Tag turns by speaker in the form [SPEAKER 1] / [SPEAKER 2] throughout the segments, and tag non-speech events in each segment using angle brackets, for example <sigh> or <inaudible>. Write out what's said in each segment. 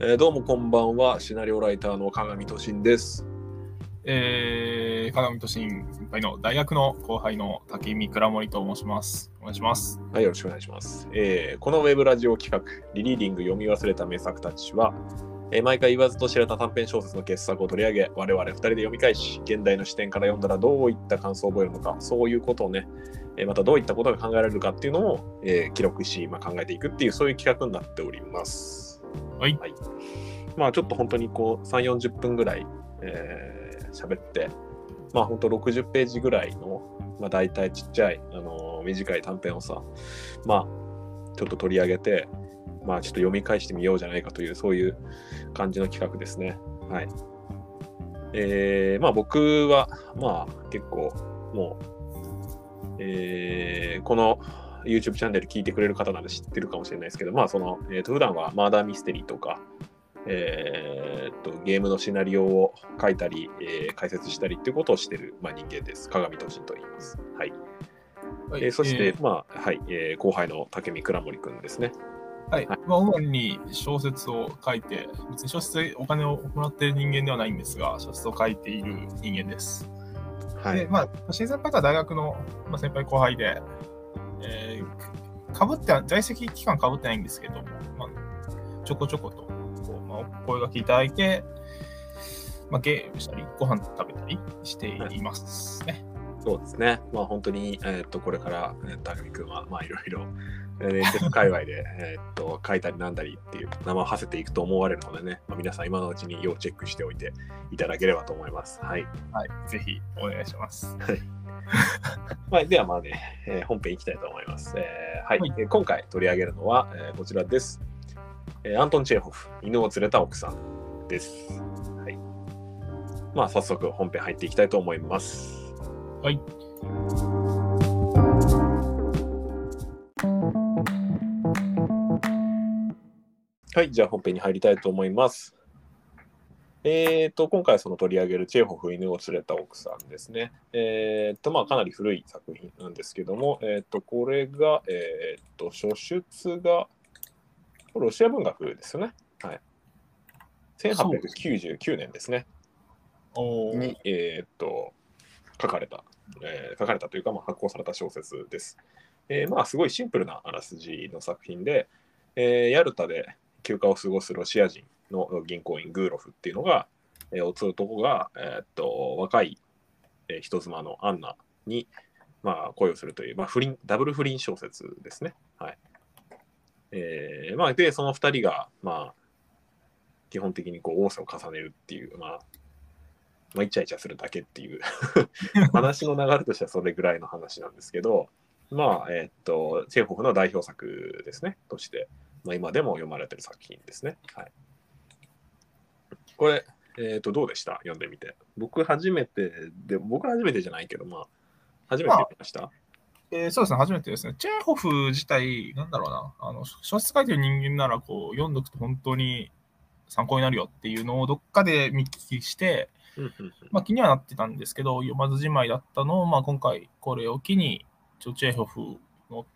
[SPEAKER 1] えーどうもこんばんは、シナリオライターの鏡俊信です。
[SPEAKER 2] えー、鏡都心先輩の大学の後輩の竹見倉森と申します。お願いします。
[SPEAKER 1] はい、よろしくお願いします。えーこのウェブラジオ企画、リリーディング読み忘れた名作たちは、えー毎回言わずと知れた短編小説の傑作を取り上げ、我々二人で読み返し、現代の視点から読んだらどういった感想を覚えるのか、そういうことをね、えーまたどういったことが考えられるかっていうのを、えー記録し、まあ、考えていくっていう、そういう企画になっております。
[SPEAKER 2] はい
[SPEAKER 1] まあちょっと本当にこう、3、40分ぐらい、えー喋って、まあ本当60ページぐらいの、まあ、大体ちっちゃい、あのー短い短編をさ、まあ、ちょっと取り上げて、まあ、ちょっと読み返してみようじゃないかという、そういう感じの企画ですね。はい。えーまあ、僕は、まあ、結構、もう、えーこの YouTube チャンネル聞いてくれる方なら知ってるかもしれないですけど、まあ、その、えーと、普段はマーダーミステリーとか、えーっと、ゲームのシナリオを書いたり、えー解説したりっていうことをしてる、まあ、人間です。鏡都心と言います。はい。えーそして、
[SPEAKER 2] えー
[SPEAKER 1] まあはいえー後輩の竹見倉森くんですね。
[SPEAKER 2] はい。まあ、主に小説を書いて、別に小説でお金をもらっている人間ではないんですが、小説を書いている人間です。
[SPEAKER 1] は
[SPEAKER 2] で、まあ、新先輩とは大学の、まあ、先輩後輩で、えーかぶっては、在籍期間かぶってないんですけども、まあ、ちょこちょこと、こうまあ、お声がけいただいて、まあ、ゲームしたり、ご飯食べたりしていますね。
[SPEAKER 1] そうですね。まあ本当に、えーっとこれから、えー、竹見くんはまあいろいろ、えー、連接界隈で <laughs> えーっと書いたりなんだりっていう名前を馳せていくと思われるのでね、まあ、皆さん今のうちに要チェックしておいていただければと思います。はい。
[SPEAKER 2] はい。ぜひ、お願いします。
[SPEAKER 1] まあ、ではまあね、えー本編いきたいと思います。えーはい、
[SPEAKER 2] はい
[SPEAKER 1] えー今回取り上げるのは、えーこちらです、えーアントン・チェーホフ、犬を連れた奥さんです。はい。まあ早速本編入っていきたいと思います。
[SPEAKER 2] はい。
[SPEAKER 1] はい、じゃあ本編に入りたいと思います。えー、と今回その取り上げるチェーホフ犬を連れた奥さんですね。えー、とまあかなり古い作品なんですけども、えー、とこれが、えー、と初出がこれロシア文学ですよね。はい、1899年ですね。
[SPEAKER 2] おー
[SPEAKER 1] に、えーっと書かれた、えー書かれたというか、まあ、発行された小説です。えーまあ、すごいシンプルなあらすじの作品で、えーヤルタで休暇を過ごすロシア人の銀行員グーロフっていうのが、えー、おつ男が、えーっと若い、えー人妻のアンナに、まあ、恋をするという、まあ、不倫ダブル不倫小説ですね。はいえーまあ、で、その二人が、まあ、基本的にこう王差を重ねるっていう、まあ、まあ、イチャイチャするだけっていう <laughs> 話の流れとしてはそれぐらいの話なんですけど、まあ、えっと、チェーホフの代表作ですね、として、まあ、今でも読まれてる作品ですね。はい、これ、えっと、どうでした読んでみて。僕初めてで、僕初めてじゃないけど、まあ、初めて読みました。
[SPEAKER 2] えーそうですね、初めてですね。チェーホフ自体、なんだろうな、あの小説書いてる人間ならこう、読んどくと本当に参考になるよっていうのをどっかで見聞きして、
[SPEAKER 1] うんうんうん
[SPEAKER 2] まあ、気にはなってたんですけど、読まずじまいだったのを、まあ、今回これを機に、ちょチェーホフの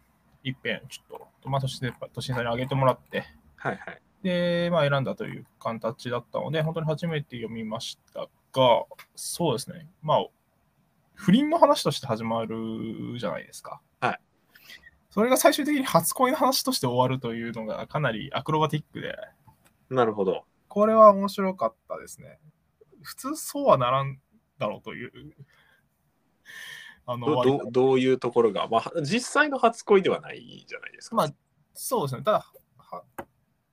[SPEAKER 2] 一編、ちょっと、まあ、年年さんにあげてもらって、
[SPEAKER 1] はいはい。
[SPEAKER 2] で、まあ、選んだという形だったので、本当に初めて読みましたが、そうですね、まあ、不倫の話として始まるじゃないですか。
[SPEAKER 1] はい。
[SPEAKER 2] それが最終的に初恋の話として終わるというのがかなりアクロバティックで、
[SPEAKER 1] なるほど。
[SPEAKER 2] これは面白かったですね。普通そうはならんだろうという。あの、
[SPEAKER 1] ど
[SPEAKER 2] 終わり
[SPEAKER 1] どどういうところが、まあ、実際の初恋ではないじゃないですか。
[SPEAKER 2] まあ、そうですね。ただ、はい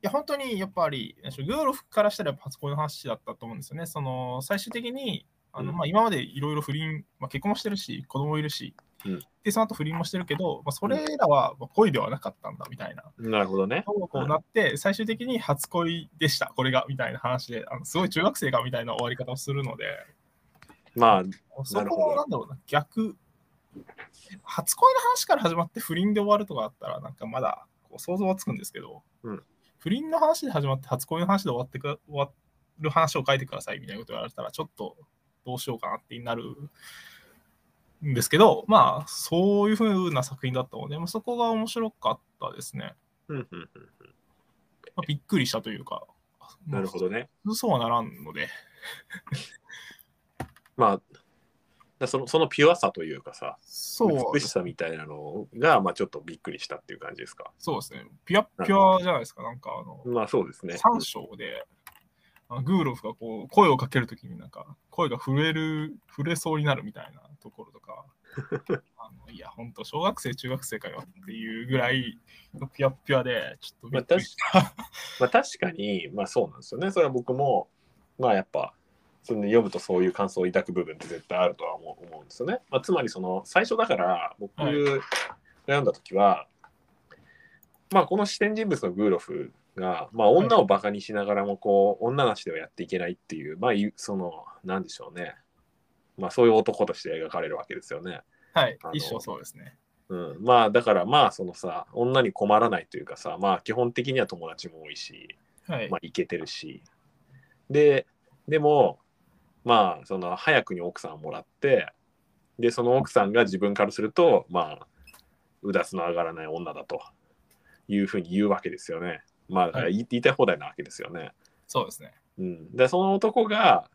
[SPEAKER 2] や、本当にやっぱり、なんでしょうグーロフからしたらやっぱ初恋の話だったと思うんですよね。その、最終的に、あの
[SPEAKER 1] うん
[SPEAKER 2] まあ、今までいろいろ不倫、まあ、結婚もしてるし、子供いるし、
[SPEAKER 1] うん
[SPEAKER 2] で、その後不倫もしてるけど、まあ、それらはまあ恋ではなかったんだみたいな。
[SPEAKER 1] なるほどね。
[SPEAKER 2] こうなって、最終的に初恋でした、これがみたいな話で、あのすごい中学生がみたいな終わり方をするので、
[SPEAKER 1] まあ、
[SPEAKER 2] そ
[SPEAKER 1] なるほ
[SPEAKER 2] こ
[SPEAKER 1] ど
[SPEAKER 2] をなんだろうな、逆、初恋の話から始まって不倫で終わるとかあったら、なんかまだこう想像はつくんですけど、
[SPEAKER 1] うん
[SPEAKER 2] 不倫の話で始まって初恋の話で終わってく終わる話を書いてくださいみたいなこと言われたら、ちょっとどうしようかなってなるんですけど、まあ、そういうふうな作品だったので、まあ、そこが面白かったですね。
[SPEAKER 1] うんうんうん
[SPEAKER 2] まあ、びっくりしたというか、
[SPEAKER 1] なるほどね。
[SPEAKER 2] ど。そうはならんので、
[SPEAKER 1] まあ、だそのそのピュアさというかさ、
[SPEAKER 2] そう
[SPEAKER 1] 美しさみたいなのが、まあ、ちょっとびっくりしたっていう感じですか。
[SPEAKER 2] そうですね。ピュアピュアじゃないですか、なんかあの、
[SPEAKER 1] まあそうですね。
[SPEAKER 2] 三章で、あのグーロフがこう声をかけるときになんか声が震える、震えそうになるみたいなところ
[SPEAKER 1] <laughs>
[SPEAKER 2] とか、あのいや、ほんと小学生、中学生かよっていうぐらいのピュアピュアで、ちょっとびっくりした。
[SPEAKER 1] <laughs> まあ確かに、まあそうなんですよね。それは僕も、まあやっぱ、その読むとそういう感想を抱く部分って絶対あるとは思う思うんですよね。まあ、つまりその最初だから僕が
[SPEAKER 2] はい
[SPEAKER 1] 読んだ時は、まあこの視点人物のグーロフが、まあ女をバカにしながらもこう、女なしではやっていけないっていう、まあいその、なんでしょうね。まあそういう男として描かれるわけですよね。
[SPEAKER 2] はい
[SPEAKER 1] あの、
[SPEAKER 2] 一生そうですね。
[SPEAKER 1] うん、まあだからまあそのさ女に困らないというかさまあ基本的には友達も多いし
[SPEAKER 2] はい
[SPEAKER 1] まあ。イケてるしででもまあその早くに奥さんをもらってでその奥さんが自分からするとまあうだつの上がらない女だというふうに言うわけですよねまあだから言い言いたい放題なわけですよね、
[SPEAKER 2] そうですね。
[SPEAKER 1] うん、でその男が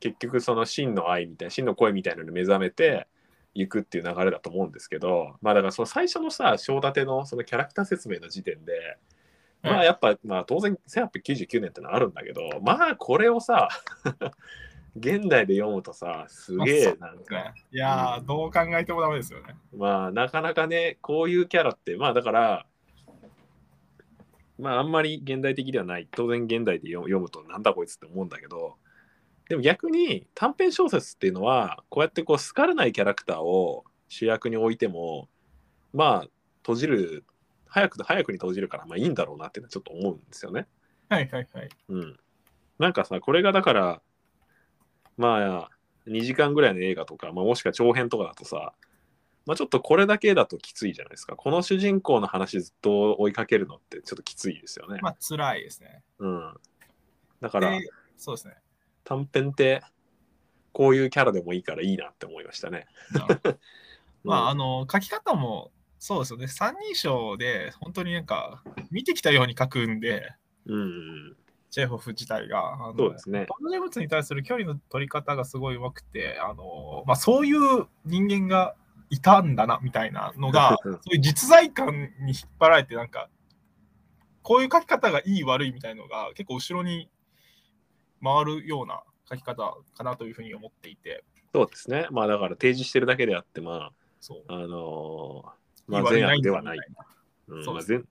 [SPEAKER 1] 結局その真の愛みたいな真の恋みたいなのに目覚めていくっていう流れだと思うんですけどまあだからその最初のさ正立てのそのキャラクター説明の時点でまあやっぱ、まあ、当然1899年ってのはあるんだけどまあこれをさ <laughs> 現代で読むとさすげえなんか
[SPEAKER 2] ねいやー、どう考えてもダメですよね。
[SPEAKER 1] まあなかなかねこういうキャラってまあだからまああんまり現代的ではない当然現代で読読むとなんだこいつって思うんだけどでも逆に短編小説っていうのはこうやってこう好かれないキャラクターを主役に置いてもまあ閉じる早く早くに閉じるからまあいいんだろうなっていうのはちょっと思うんですよね。
[SPEAKER 2] はいはいはい。
[SPEAKER 1] うん、なんかさこれがだからまあ2時間ぐらいの映画とか、まあ、もしくは長編とかだとさ、まあ、ちょっとこれだけだときついじゃないですかこの主人公の話ずっと追いかけるのってちょっときついですよね、
[SPEAKER 2] まあ、辛いですね。
[SPEAKER 1] うん、だから
[SPEAKER 2] でそうですね。
[SPEAKER 1] 短編ってこういうキャラでもいいからいいなって思いましたね、 <laughs>
[SPEAKER 2] まあ、あ
[SPEAKER 1] うん
[SPEAKER 2] の、書き方も、そうですよね。三人称で、本当になんか、見てきたように書くんで、
[SPEAKER 1] うんうん、
[SPEAKER 2] チェーホフ自体が。あの
[SPEAKER 1] そうですね
[SPEAKER 2] 登場人物に対する距離の取り方がすごい上手くて、あの、まあ、そういう人間がいたんだな、みたいなの
[SPEAKER 1] <laughs>
[SPEAKER 2] が、そういう実在感に引っ張られて、なんか、こういう書き方がいい悪いみたいのが結構後ろに回るような書き方かなというふうに思っていて、
[SPEAKER 1] そうですねまあだから提示してるだけであってま
[SPEAKER 2] そう。
[SPEAKER 1] ああのー
[SPEAKER 2] いい
[SPEAKER 1] まあ
[SPEAKER 2] 悪い
[SPEAKER 1] 善悪では
[SPEAKER 2] んだ
[SPEAKER 1] ない
[SPEAKER 2] みたな
[SPEAKER 1] うん
[SPEAKER 2] そう
[SPEAKER 1] まあ、
[SPEAKER 2] です
[SPEAKER 1] 全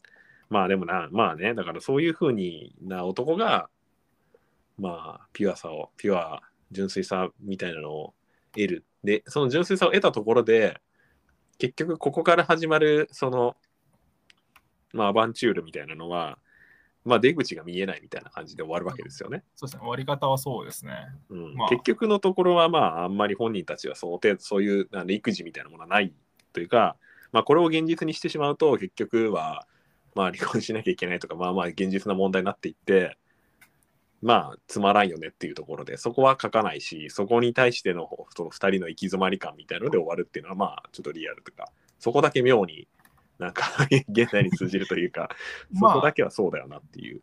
[SPEAKER 1] まあでもなまあねだからそういうふうにな男がまあピュアさをピュア純粋さみたいなのを得るでその純粋さを得たところで結局ここから始まるそのまあアバンチュールみたいなのはまあ出口が見えないみたいな感じで終わるわけですよね、
[SPEAKER 2] そうですね。終わり方はそうですね。
[SPEAKER 1] うん
[SPEAKER 2] まあ
[SPEAKER 1] 結局のところはまああんまり本人たちはその程度そういうなんで育児みたいなものはないというか、まあ、これを現実にしてしまうと結局はまあ離婚しなきゃいけないとかまあまあ現実な問題になっていってまあつまらんよねっていうところでそこは書かないしそこに対してのその2人の行き詰まり感みたいなので終わるっていうのはまあちょっとリアルとかそこだけ妙になんか <laughs> 現代に通じるというか、
[SPEAKER 2] まあ
[SPEAKER 1] そこだけはそうだよなっていう。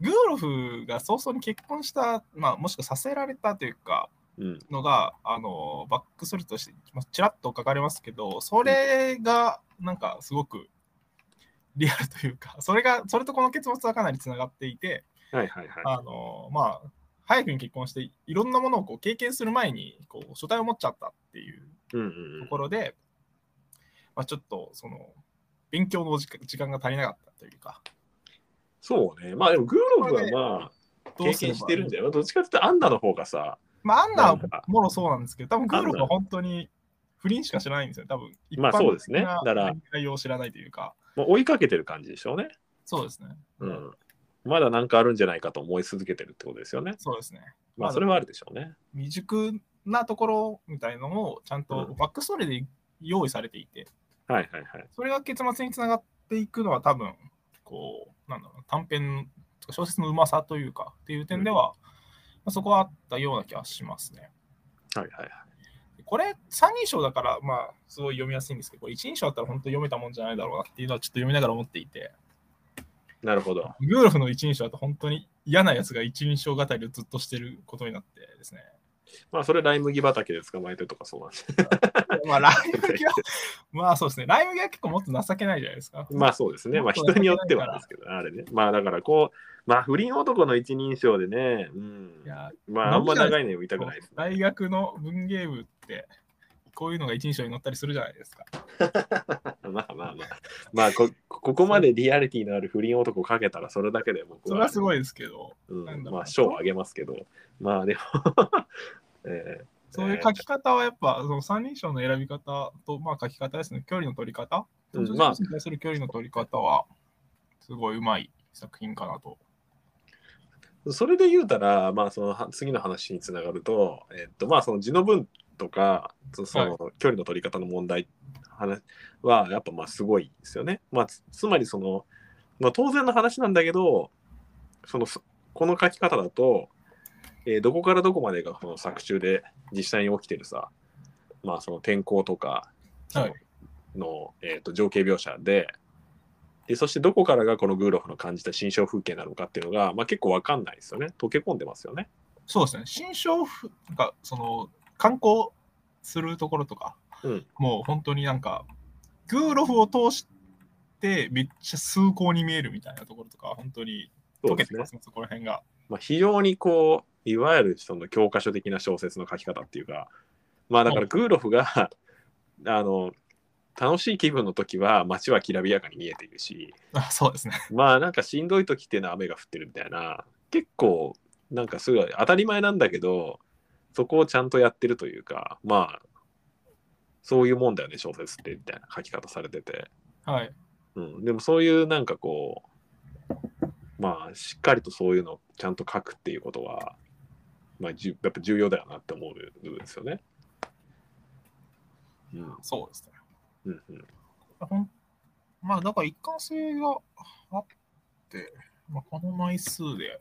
[SPEAKER 2] グーロフが早々に結婚した、まあ、もしくはさせられたというか、
[SPEAKER 1] うん、
[SPEAKER 2] のが、あの、バックストリートとして、まあちらっと書かれますけど、それが、なんか、すごく、リアルというか、それが、それとこの結末はかなりつながっていて、
[SPEAKER 1] はいはいはい。
[SPEAKER 2] あの、まあ、早くに結婚して、いろんなものをこう経験する前に、こう、書体を持っちゃったっていう
[SPEAKER 1] うんうんう
[SPEAKER 2] と
[SPEAKER 1] ん
[SPEAKER 2] ころで、まあ、ちょっと、その、勉強の時間時間が足りなかったというか、
[SPEAKER 1] そうね。まあでもグーロフはまあ、
[SPEAKER 2] どう
[SPEAKER 1] 経
[SPEAKER 2] すれ
[SPEAKER 1] 験
[SPEAKER 2] ば
[SPEAKER 1] してるんじゃないどっちかっていうとアンナの方がさ、
[SPEAKER 2] まあ、アンナ
[SPEAKER 1] なんか
[SPEAKER 2] はもろそうなんですけど、多分グーロ
[SPEAKER 1] アン
[SPEAKER 2] フ
[SPEAKER 1] ナ
[SPEAKER 2] は本当に不倫しか知らないんですよ。多分一
[SPEAKER 1] まあそうですね
[SPEAKER 2] 的な
[SPEAKER 1] だから
[SPEAKER 2] 内容を知らないというか。
[SPEAKER 1] もう追いかけてる感じでしょうね。
[SPEAKER 2] そうですね。
[SPEAKER 1] うん。まだなんかあるんじゃないかと思い続けてるってことですよね。
[SPEAKER 2] そうですね。
[SPEAKER 1] まあそれはあるでしょうね。
[SPEAKER 2] 未熟なところみたいのも、ちゃん
[SPEAKER 1] う
[SPEAKER 2] と
[SPEAKER 1] ん
[SPEAKER 2] バックストーリーで用意されていて、
[SPEAKER 1] はいはいはい。
[SPEAKER 2] それが結末につながっていくのは多分、こう、なんだろうな、短編とか小説のうまさというか、っていう点では、まあそこはあったような気がしますね。
[SPEAKER 1] はいはいはい。
[SPEAKER 2] これ三人称だから、まあ、すごい読みやすいんですけど、これ一人称だったら本当読めたもんじゃないだろうなっていうのはちょっと読みながら思っていて、
[SPEAKER 1] なるほど。
[SPEAKER 2] グーロフの一人称だと本当に嫌なやつが一人称語りをずっとしてることになってですね。
[SPEAKER 1] まあ、それライ麦畑で捕まえてとかそうなんです。
[SPEAKER 2] まあ、ライムギは、まあそうですね。ライムギは結構もっと情けないじゃないですか。
[SPEAKER 1] <laughs> まあそうですね。まあ人によってはですけど、あれね。まあだからこう、まあ不倫男の一人称でね、うん
[SPEAKER 2] い。や、
[SPEAKER 1] まああんま長いの呼びたくないですね。
[SPEAKER 2] 大学の文芸部って、こういうのが一人称に載ったりするじゃないですか。
[SPEAKER 1] <laughs> まあまあまあ。まあこ、ここまでリアリティのある不倫男をかけたらそれだけで僕
[SPEAKER 2] それはすごいですけど、
[SPEAKER 1] うん、まあ賞をあげますけど、まあでも、 <laughs> えー
[SPEAKER 2] そういう書き方はやっぱ、その三人称の選び方と、まあ書き方ですね、距離の取り方、
[SPEAKER 1] うん
[SPEAKER 2] 登
[SPEAKER 1] ま
[SPEAKER 2] 場
[SPEAKER 1] あ
[SPEAKER 2] 人物に対する距離の取り方は、すごいうまい作品かなと。
[SPEAKER 1] それで言うたら、まあ、そのは次の話につながると、えっとまあ、その字の文とかそその距離の取り方の問題話はやっぱまあすごいですよね。まあ、つつまりその、まあ、当然の話なんだけどそのそこの書き方だと、えーどこからどこまでがその作中で実際に起きてるさ、まあ、その天候とか
[SPEAKER 2] はい。
[SPEAKER 1] の、えー、と情景描写ででそしてどこからがこのグーロフの感じた心象風景なのかっていうのが、まあ、結構わかんないですよね溶け込んでますよね。
[SPEAKER 2] そうですね、新章ふ、なんか、その、観光するところとか、
[SPEAKER 1] うん
[SPEAKER 2] もう本当になんか、グーロフを通して、めっちゃ崇高に見えるみたいなところとか、本当に
[SPEAKER 1] そ
[SPEAKER 2] 溶
[SPEAKER 1] うです
[SPEAKER 2] けて
[SPEAKER 1] ね
[SPEAKER 2] ますね、そこら辺が。
[SPEAKER 1] まあ、非常にこういわゆるその教科書的な小説の書き方っていうかまあだから
[SPEAKER 2] うん
[SPEAKER 1] グーロフがあの楽しい気分の時は街はきらびやかに見えているし
[SPEAKER 2] あそうですね。
[SPEAKER 1] まあなんかしんどい時っていうのは雨が降ってるみたいな結構なんかすごい当たり前なんだけどそこをちゃんとやってるというかまあそういうもんだよね小説ってみたいな書き方されてて、
[SPEAKER 2] はい。
[SPEAKER 1] うん、でもそういうなんかこうまあしっかりとそういうのをちゃんと書くっていうことはまあじゅやっぱ重要だよなって思う部分ですよね。うん
[SPEAKER 2] そうですね。
[SPEAKER 1] うんうん、
[SPEAKER 2] ほんまあ、だから一貫性があって、まあ、この枚数で、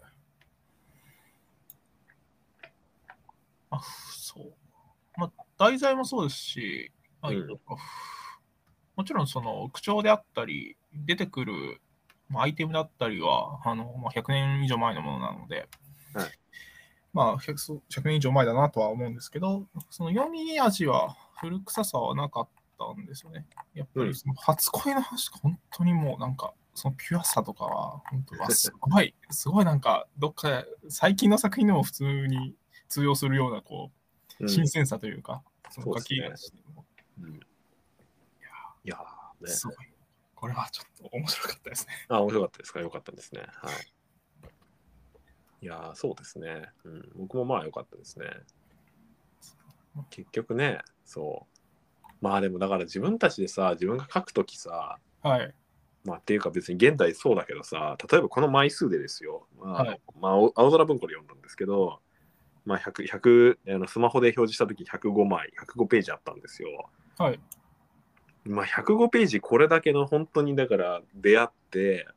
[SPEAKER 2] まあ、そう。まあ、題材もそうですし、まあ
[SPEAKER 1] うん
[SPEAKER 2] なんかもちろんその口調であったり、出てくる、まあ、アイテムだったりは、あのまあ、100年以上前のものなので、
[SPEAKER 1] はい
[SPEAKER 2] まあ、100, そう100年以上前だなとは思うんですけど、その読み味は古臭さはなかったんですよね。やっぱ
[SPEAKER 1] うん
[SPEAKER 2] りその初恋の話が本当にもうなんか、そのピュアさとかは、本当はすごい、 <laughs> すごいなんか、どっか、最近の作品でも普通に通用するような、こ
[SPEAKER 1] う
[SPEAKER 2] う、
[SPEAKER 1] ん
[SPEAKER 2] 新鮮さというか、そ
[SPEAKER 1] そう
[SPEAKER 2] の
[SPEAKER 1] で
[SPEAKER 2] 書
[SPEAKER 1] す
[SPEAKER 2] き
[SPEAKER 1] ね
[SPEAKER 2] 出しも
[SPEAKER 1] うんいやーね
[SPEAKER 2] すごい。これはちょっと面白かったですね。
[SPEAKER 1] あ、面白かったですか。良かったですね。はい。いやー、そうですね。うん、僕もまあ良かったですね。結局ね、そう。まあでもだから自分たちでさ、自分が書くときさ、
[SPEAKER 2] はい。
[SPEAKER 1] まあっていうか別に現代そうだけどさ、例えばこの枚数でですよ、まあ、
[SPEAKER 2] はい
[SPEAKER 1] まあ、青青空文庫で読んだんですけど、まあ100、100あのスマホで表示したとき105枚、105ページあったんですよ。
[SPEAKER 2] はい。
[SPEAKER 1] まあ、105ページこれだけの本当にだから出会って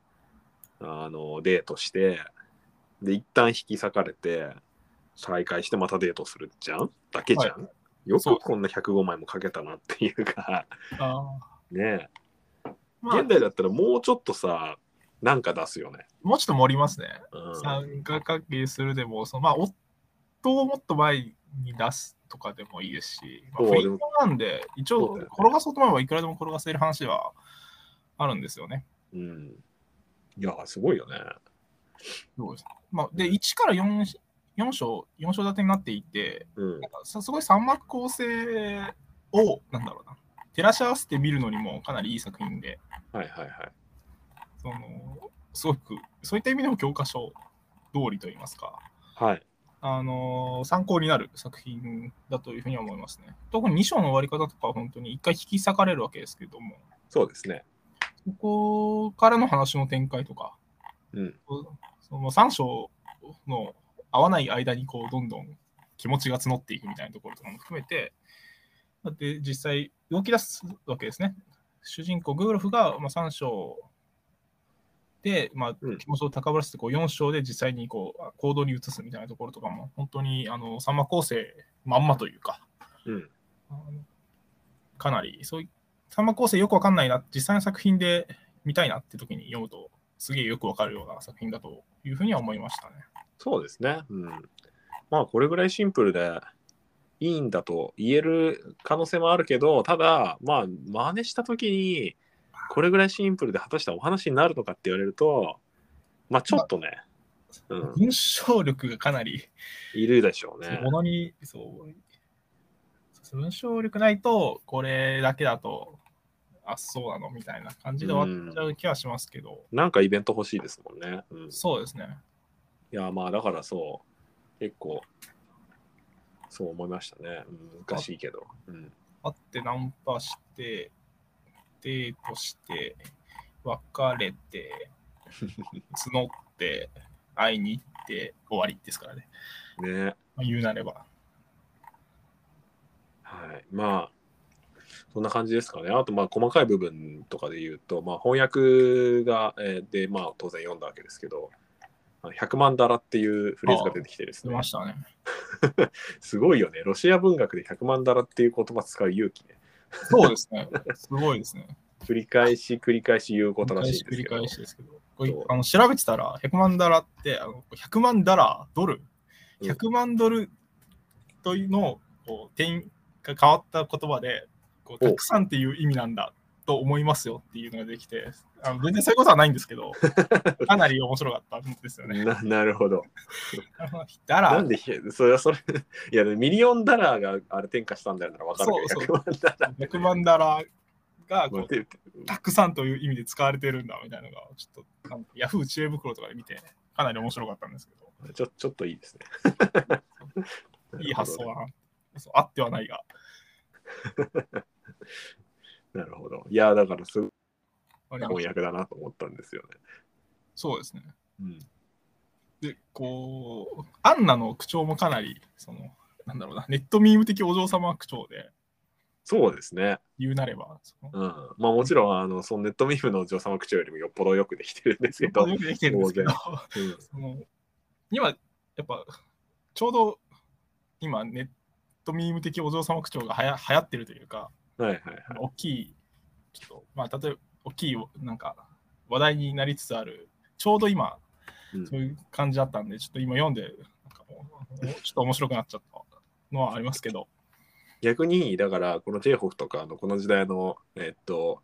[SPEAKER 1] あのデートしてで一旦引き裂かれて再会してまたデートするじゃんだけじゃん、よ
[SPEAKER 2] そう
[SPEAKER 1] くこんな105枚もかけたなっていうか <laughs>
[SPEAKER 2] あー
[SPEAKER 1] ね
[SPEAKER 2] ま
[SPEAKER 1] え
[SPEAKER 2] あ
[SPEAKER 1] 現、代だったらもうちょっとさなんか出すよね、
[SPEAKER 2] もうちょっと盛りますね。
[SPEAKER 1] うん、
[SPEAKER 2] 三角関係するでも、そのまあ、夫をもっと前に出すとかでもいいですし、まあ、
[SPEAKER 1] そう
[SPEAKER 2] フリ
[SPEAKER 1] でも
[SPEAKER 2] ーなんで、一
[SPEAKER 1] そう
[SPEAKER 2] 応、
[SPEAKER 1] だよね
[SPEAKER 2] 転がそうと思えばいくらでも転がせる話はあるんですよね。
[SPEAKER 1] うん、いやすごいよね
[SPEAKER 2] そうですまあ、で、1から4、4章、4章立てになっていて、
[SPEAKER 1] うん
[SPEAKER 2] なんかさすごい三幕構成を、なんだろうな、照らし合わせて見るのにもかなりいい作品で、
[SPEAKER 1] はいはいはい
[SPEAKER 2] そのすごく、そういった意味でも教科書通りといいますか、
[SPEAKER 1] はい
[SPEAKER 2] あのー参考になる作品だというふうに思いますね。特に2章の終わり方とかは本当に一回引き裂かれるわけですけども、
[SPEAKER 1] そうですね
[SPEAKER 2] そこからの話の展開とか、
[SPEAKER 1] うん
[SPEAKER 2] その3章の合わない間にこうどんどん気持ちが募っていくみたいなところとかも含めて、だって実際動き出すわけですね。主人公グーロフがまあ3章で、まあ
[SPEAKER 1] うん、
[SPEAKER 2] 気持ちを高ぶらせてこう4章で実際にこう行動に移すみたいなところとかも本当にあの三幕構成まんまというか、
[SPEAKER 1] うん
[SPEAKER 2] あのかなりそうい三幕構成よくわかんないな実際の作品で見たいなって時に読むとすげえよくわかるような作品だというふうには思いましたね。
[SPEAKER 1] そうですね。うん。まあ、これぐらいシンプルでいいんだと言える可能性もあるけど、ただ、まあ、真似した時に、これぐらいシンプルで果たしてお話になるのかって言われると、まあ、ちょっとね、うん、
[SPEAKER 2] 文章力がかなり、
[SPEAKER 1] いるでしょうね
[SPEAKER 2] も。のに、そうそう、文章力ないと、これだけだと、あ、そうなのみたいな感じで終わっちゃう気はしますけど、
[SPEAKER 1] なんかイベント欲しいですもんね。うん、い
[SPEAKER 2] そうですね。
[SPEAKER 1] や、まあ、だからそう、結構、そう思いましたね。うん難しいけど。うん、
[SPEAKER 2] 会ってナンパして、デートして、別れて、募って、会いに行って、終わりですからね。
[SPEAKER 1] ね
[SPEAKER 2] まあ、言うなれば。
[SPEAKER 1] はい、まあそんな感じですかね。あとまあ細かい部分とかで言うと、まあ、翻訳が、えーでまあ当然読んだわけですけどあの100万ダラっていうフレーズが出てきてです
[SPEAKER 2] 出
[SPEAKER 1] ね
[SPEAKER 2] ましたね。
[SPEAKER 1] すごいよねロシア文学で100万ダラっていう言葉使う勇気ね
[SPEAKER 2] そうですね。すごいですね。
[SPEAKER 1] 繰り返し繰り返し言うこと
[SPEAKER 2] 繰
[SPEAKER 1] ら
[SPEAKER 2] り
[SPEAKER 1] しい
[SPEAKER 2] 返し
[SPEAKER 1] んで
[SPEAKER 2] 繰
[SPEAKER 1] すけど
[SPEAKER 2] り返しですけど、これ
[SPEAKER 1] そう
[SPEAKER 2] あの調べてたら、100万ダラって、あの100万ダラドル、
[SPEAKER 1] うん
[SPEAKER 2] 100万ドルというのをこう点が変わった言葉でこう、
[SPEAKER 1] お
[SPEAKER 2] たくさんっていう意味なんだと思いますよっていうのができて、あの全然そういうことはないんですけ <laughs> ど、かなり面白かったんですよね。
[SPEAKER 1] な <laughs> なるほど。な
[SPEAKER 2] ダラ
[SPEAKER 1] んでひそれはそれいやミリオンダラーがあれ転化したんだよならわかるけど
[SPEAKER 2] そう
[SPEAKER 1] 100万ダラー
[SPEAKER 2] 100万ダラがこ
[SPEAKER 1] もう
[SPEAKER 2] う
[SPEAKER 1] て
[SPEAKER 2] たくさんという意味で使われてるんだみたいなのが、ちょっとなんかヤフー知恵袋とかで見て、かなり面白かったんですけど。
[SPEAKER 1] ちょちょっといいですね。
[SPEAKER 2] いい発想
[SPEAKER 1] なるほどね
[SPEAKER 2] だな。そうあってはないが。
[SPEAKER 1] なるほど。いやだからすごい
[SPEAKER 2] ありま
[SPEAKER 1] 翻
[SPEAKER 2] した
[SPEAKER 1] 訳だなと思ったんですよね。
[SPEAKER 2] そうですね。
[SPEAKER 1] うん、
[SPEAKER 2] で、こう、アンナの口調もかなり、その、なんだろうな、ネットミーム的お嬢様口調で
[SPEAKER 1] そうですね。
[SPEAKER 2] 言うなれば、その
[SPEAKER 1] うん、まあもちろんあのそのネットミームのお嬢様口調よりもよっぽどよくできてるんですけど、
[SPEAKER 2] よくできてるんですけど、
[SPEAKER 1] うん
[SPEAKER 2] その今、やっぱ、ちょうど今、ネットミーム的お嬢様口調がはや流行ってるというか、
[SPEAKER 1] はいはいはい。
[SPEAKER 2] 大きい、ちょっと、まあ、例えば、大きい、なんか、話題になりつつある、ちょうど今、
[SPEAKER 1] うん
[SPEAKER 2] そういう感じだったんで、ちょっと今読んで、なんかもうちょっと面白くなっちゃったのはありますけ
[SPEAKER 1] <laughs>
[SPEAKER 2] ど、
[SPEAKER 1] 逆にだからこのチェーホフとかのこの時代のえっと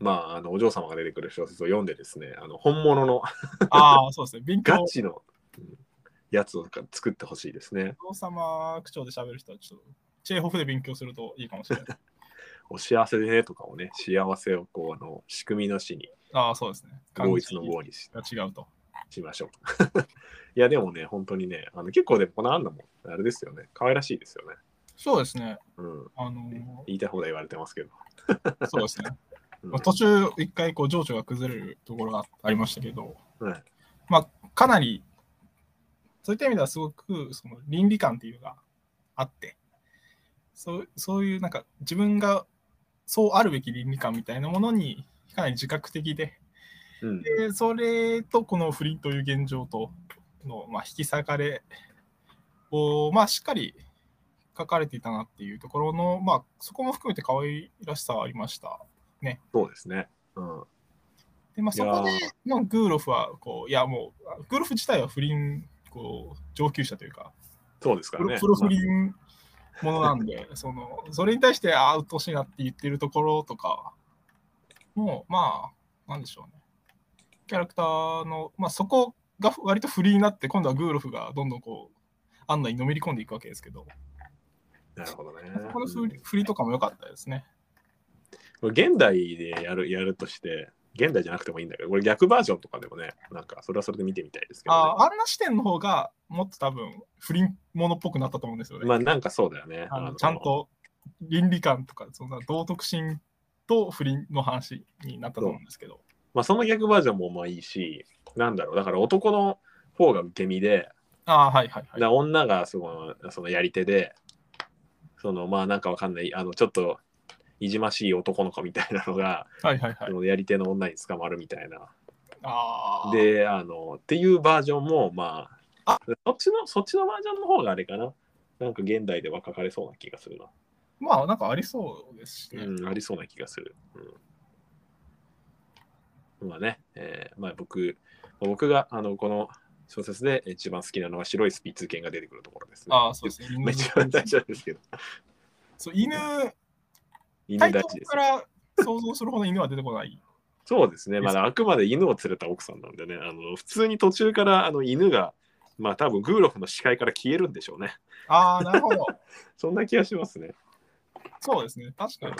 [SPEAKER 1] まああのお嬢様が出てくる小説を読んでですねあの本物の
[SPEAKER 2] ああ、そうですね、勉強
[SPEAKER 1] ガ、チのうんやつを作ってほしいですね。
[SPEAKER 2] お父様口調で喋る人は、ちょっと、チェーホフで勉強するといいかもしれない。
[SPEAKER 1] <laughs> お幸せでねとかをね幸せをこうあの仕組みの死に
[SPEAKER 2] ああ、そうですね、
[SPEAKER 1] 合一の合にし
[SPEAKER 2] 漢字が違うと。
[SPEAKER 1] しましょう。 <laughs> いやでもね本当にねあの結構でもこのアンナもあれですよね可愛らしいですよね。
[SPEAKER 2] そうですね、
[SPEAKER 1] うん
[SPEAKER 2] あの
[SPEAKER 1] 言いたい放題言われてますけど。
[SPEAKER 2] ーそうで
[SPEAKER 1] <laughs>
[SPEAKER 2] すね、
[SPEAKER 1] うん
[SPEAKER 2] まあ途中、一回、こう、情緒が崩れるところがありましたけど、
[SPEAKER 1] はい
[SPEAKER 2] まあ、かなり、そういった意味ではすごくその倫理観っていうのがあって、そうそういうなんか自分がそうあるべき倫理観みたいなものにかなり自覚的で、
[SPEAKER 1] うん、
[SPEAKER 2] でそれとこの不倫という現状との、まあ、引き裂かれを、まあ、しっかり書かれていたなっていうところの、まあ、そこも含めて可愛らしさはありました。
[SPEAKER 1] そうですね。うん、
[SPEAKER 2] で、まあ、
[SPEAKER 1] い
[SPEAKER 2] そ
[SPEAKER 1] やー
[SPEAKER 2] こで、まあ、グーロフはこう、いや、もう、グーロフ自体は不倫こう上級者というか、
[SPEAKER 1] そうですから
[SPEAKER 2] プロ
[SPEAKER 1] ね。
[SPEAKER 2] プロフリンものなんで、そのそれに対して、ああ、うっとうしいなって言ってるところとか、もう、まあ、なんでしょうね。キャラクターの、まあ、そこが割とフリーになって、今度はグーロフがどんどんこう、アンナにのめり込んでいくわけですけど、
[SPEAKER 1] まあなるほどね。
[SPEAKER 2] そこのフリフリとかも良かったですね。
[SPEAKER 1] うん現代でやるやるとして、現代じゃなくてもいいんだけど、これ逆バージョンとかでもね、なんかそれはそれで見てみたいですけど、
[SPEAKER 2] ああ、アンナ視点の方が、もっと多分、不倫ものっぽくなったと思うんですよ
[SPEAKER 1] ね。
[SPEAKER 2] ね。
[SPEAKER 1] まあなんかそうだよね。
[SPEAKER 2] あ
[SPEAKER 1] あ
[SPEAKER 2] の
[SPEAKER 1] の
[SPEAKER 2] ちゃん。と倫理観とか、そんな道徳心と不倫の話になったと思うんですけど。
[SPEAKER 1] まあその逆バージョンもまあいいし、なんだろう、だから男の方が受け身で、
[SPEAKER 2] ああ、はいはいはい。
[SPEAKER 1] な女がそのそのやり手で、そのまあなんかわかんない、あのちょっといじましい男の子みたいなのが、
[SPEAKER 2] はいはいはい
[SPEAKER 1] そ。のやり手の女に捕まるみたいな
[SPEAKER 2] ああ。、
[SPEAKER 1] であのっていうバージョンもまあそっちのそっちのバージョンの方があれかななんか現代では書かれそうな気がするな、
[SPEAKER 2] まあなんかありそうですしね。
[SPEAKER 1] うん、ありそうな気がする、うんまあね、えーまあ、僕僕があのこの小説で一番好きなのは白いスピッツ犬が出てくるところです、
[SPEAKER 2] ああ、そうですね。
[SPEAKER 1] まあ、
[SPEAKER 2] 犬
[SPEAKER 1] 一番大事なんですけど、
[SPEAKER 2] そう犬、
[SPEAKER 1] 犬
[SPEAKER 2] タ
[SPEAKER 1] 大
[SPEAKER 2] イト
[SPEAKER 1] 事で
[SPEAKER 2] ル
[SPEAKER 1] す
[SPEAKER 2] か。ら想像するほど犬は出てこない。
[SPEAKER 1] そうですね、まだあくまで犬を連れた奥さんなんでね、あの普通に途中からあの犬が、まあ多分グーロフの視界から消えるんでしょうね。 <laughs>
[SPEAKER 2] ああ、なるほど。
[SPEAKER 1] そんな気がしますね。
[SPEAKER 2] そうですね。確かに。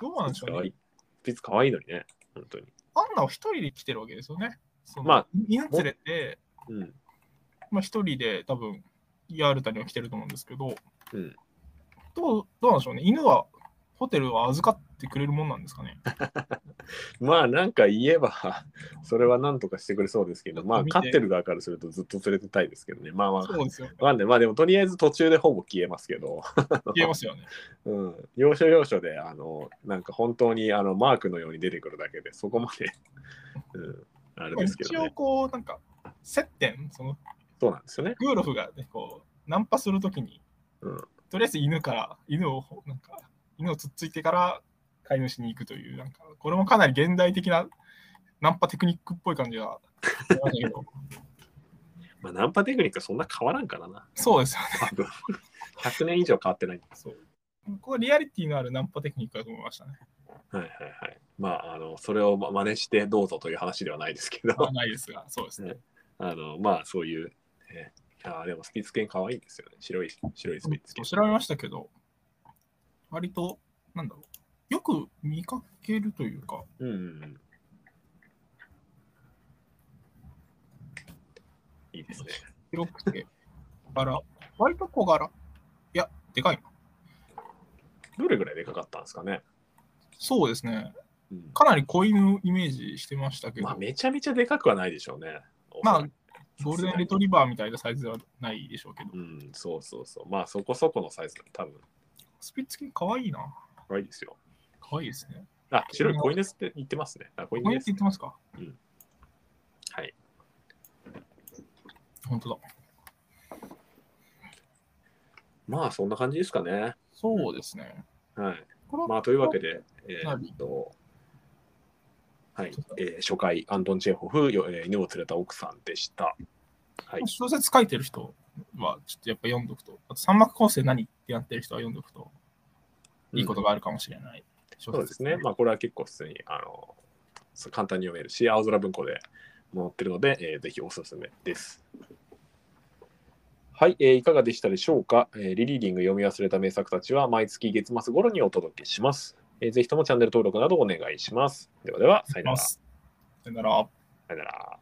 [SPEAKER 2] どうなんでしょ
[SPEAKER 1] か
[SPEAKER 2] う
[SPEAKER 1] わい
[SPEAKER 2] ね。
[SPEAKER 1] い。ピツ可愛いのにね、本当に。
[SPEAKER 2] アンナを一人で来てるわけですよね。その
[SPEAKER 1] まあ
[SPEAKER 2] 犬連れて、
[SPEAKER 1] うん。
[SPEAKER 2] まあ、一人で多分、ヤルタには来てると思うんですけど、
[SPEAKER 1] うん、
[SPEAKER 2] どうどうなんでしょうね。犬はホテルは預かってくれるもんなんですかね。
[SPEAKER 1] まあなんか言えば、 <laughs> それはなんとかしてくれそうですけど、まあ
[SPEAKER 2] 見て
[SPEAKER 1] 飼ってる側からするとずっと連れてたいですけどね。まあまあ、
[SPEAKER 2] そ
[SPEAKER 1] <laughs>
[SPEAKER 2] うですよね。
[SPEAKER 1] まあね、まあでもとりあえず途中でほぼ消えますけど、
[SPEAKER 2] 言えますよね。
[SPEAKER 1] うん、要所要所で、あの、なんか本当にあのマークのように出てくるだけで、そこまで、うん、あれですけ
[SPEAKER 2] 一
[SPEAKER 1] ど
[SPEAKER 2] 応
[SPEAKER 1] ね。
[SPEAKER 2] こう、なんか、接点、その
[SPEAKER 1] そうなんですよね。
[SPEAKER 2] グーロフが、ね、こう、ナンパするときに、
[SPEAKER 1] うん
[SPEAKER 2] とりあえず犬から、犬を、なんか、犬をつっついてから飼い主に行くという、なんか、これもかなり現代的なナンパテクニックっぽい感じがありましたけど、
[SPEAKER 1] まあナンパテクニックそんな変わらんからな。
[SPEAKER 2] そうですよね。
[SPEAKER 1] 多分 <laughs> 100年以上変わってない。
[SPEAKER 2] そうこれリアリティのあるナンパテクニックだと思いましたね。
[SPEAKER 1] はいはいはい。まあ、あの、それをま真似してどうぞという話ではないですけど <laughs>
[SPEAKER 2] まあ、ないですが、そうですね。
[SPEAKER 1] あの、まあ、そういう、ね、あーでもスピッツ犬可愛いんですよね。白い、白いスピッツ犬。
[SPEAKER 2] 調べましたけど、割と、なんだろう、よく見かけるというか、
[SPEAKER 1] うんうんうん。いいですね。
[SPEAKER 2] 広くて、柄、割と小柄。いや、でかいな。
[SPEAKER 1] どれぐらいでかかったんですかね。
[SPEAKER 2] そうですね。
[SPEAKER 1] うん、
[SPEAKER 2] かなり子犬イメージしてましたけど、
[SPEAKER 1] まあ、めちゃめちゃでかくはないでしょうね。
[SPEAKER 2] まあ
[SPEAKER 1] おそらく
[SPEAKER 2] ゴールデンレトリバーみたいなサイズではないでしょうけど、
[SPEAKER 1] うん、そうそうそう。まあ、そこそこのサイズだ。多分、
[SPEAKER 2] スピッツ系可愛いな。
[SPEAKER 1] 可愛いですよ。
[SPEAKER 2] 可愛いですね。
[SPEAKER 1] あ、白い子犬って言ってますね。あ、子
[SPEAKER 2] こう
[SPEAKER 1] 犬
[SPEAKER 2] や
[SPEAKER 1] で
[SPEAKER 2] って
[SPEAKER 1] す
[SPEAKER 2] 言っ。てますか
[SPEAKER 1] うんはい。
[SPEAKER 2] 本当だ。
[SPEAKER 1] まあ、そんな感じですかね。
[SPEAKER 2] そうですね。
[SPEAKER 1] はい。
[SPEAKER 2] これは
[SPEAKER 1] まあ、というわけで、え
[SPEAKER 2] は
[SPEAKER 1] ー
[SPEAKER 2] い
[SPEAKER 1] っと、はい、えー初回、アントン・チェーホフ、よえー犬を連れた奥さんでした。はい。
[SPEAKER 2] 小説書いてる人は、ちょっとやっぱ読んどくと、あと三幕構成何ってやってる人は読んどくと、いいことがあるかもしれない小
[SPEAKER 1] そう
[SPEAKER 2] 説
[SPEAKER 1] ですね。まあ、これは結構普通に、あの、そう簡単に読めるし、青空文庫で載ってるので、えーぜひおすすめです。はい、えーいかがでしたでしょうか、えーリリーディング読み忘れた名作たちは毎月月末頃にお届けします。えーぜひともチャンネル登録などお願いします。ではでは、さよなら。さ
[SPEAKER 2] さよなら。
[SPEAKER 1] よなら。